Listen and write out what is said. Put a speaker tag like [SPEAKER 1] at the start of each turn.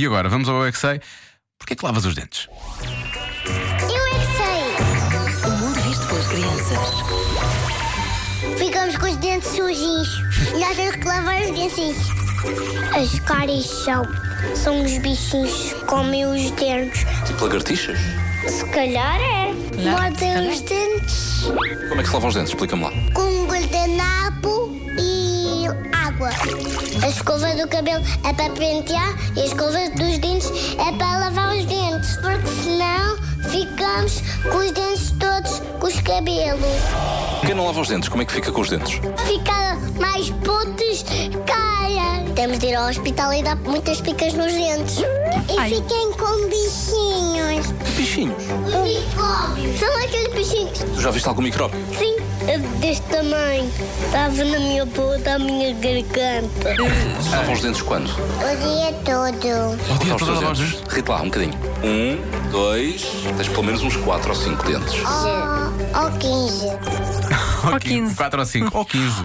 [SPEAKER 1] E agora, vamos ao UXA. Porquê é que lavas os dentes?
[SPEAKER 2] Eu é que
[SPEAKER 3] O mundo visto pelas crianças.
[SPEAKER 2] sei. Ficamos com os dentes sujinhos. E nós temos que lavar os dentes. As cáries são, são os bichinhos que comem os dentes.
[SPEAKER 4] Tipo lagartixas?
[SPEAKER 2] Se calhar é. Mordem os dentes
[SPEAKER 4] Como é que se lava os dentes? Explica-me lá.
[SPEAKER 2] com um guardanapo e água. A escova do cabelo é para pentear e a escova dos dentes é para lavar os dentes. Porque senão ficamos com os dentes todos com os cabelos.
[SPEAKER 4] Quem não lava os dentes, como é que fica com os dentes?
[SPEAKER 2] ficar mais pontos cara. Temos de ir ao hospital e dar muitas picas nos dentes. E fiquem com bichinhos.
[SPEAKER 4] Bichinhos.
[SPEAKER 2] Micróbios. São aqueles bichinhos
[SPEAKER 4] Tu já viste algum micróbio?
[SPEAKER 2] assim, deste tamanho. Estava na minha boca, na minha garganta.
[SPEAKER 4] Lavam os dentes quando?
[SPEAKER 2] O dia todo.
[SPEAKER 1] O Hum. dia
[SPEAKER 4] Lavar
[SPEAKER 1] todo a lavar os dentes.
[SPEAKER 4] Rite lá, um bocadinho. Um, dois, tens pelo menos uns quatro ou cinco dentes.
[SPEAKER 2] Ou 15.
[SPEAKER 1] Ou 15. 4 ou 5. Ou 15.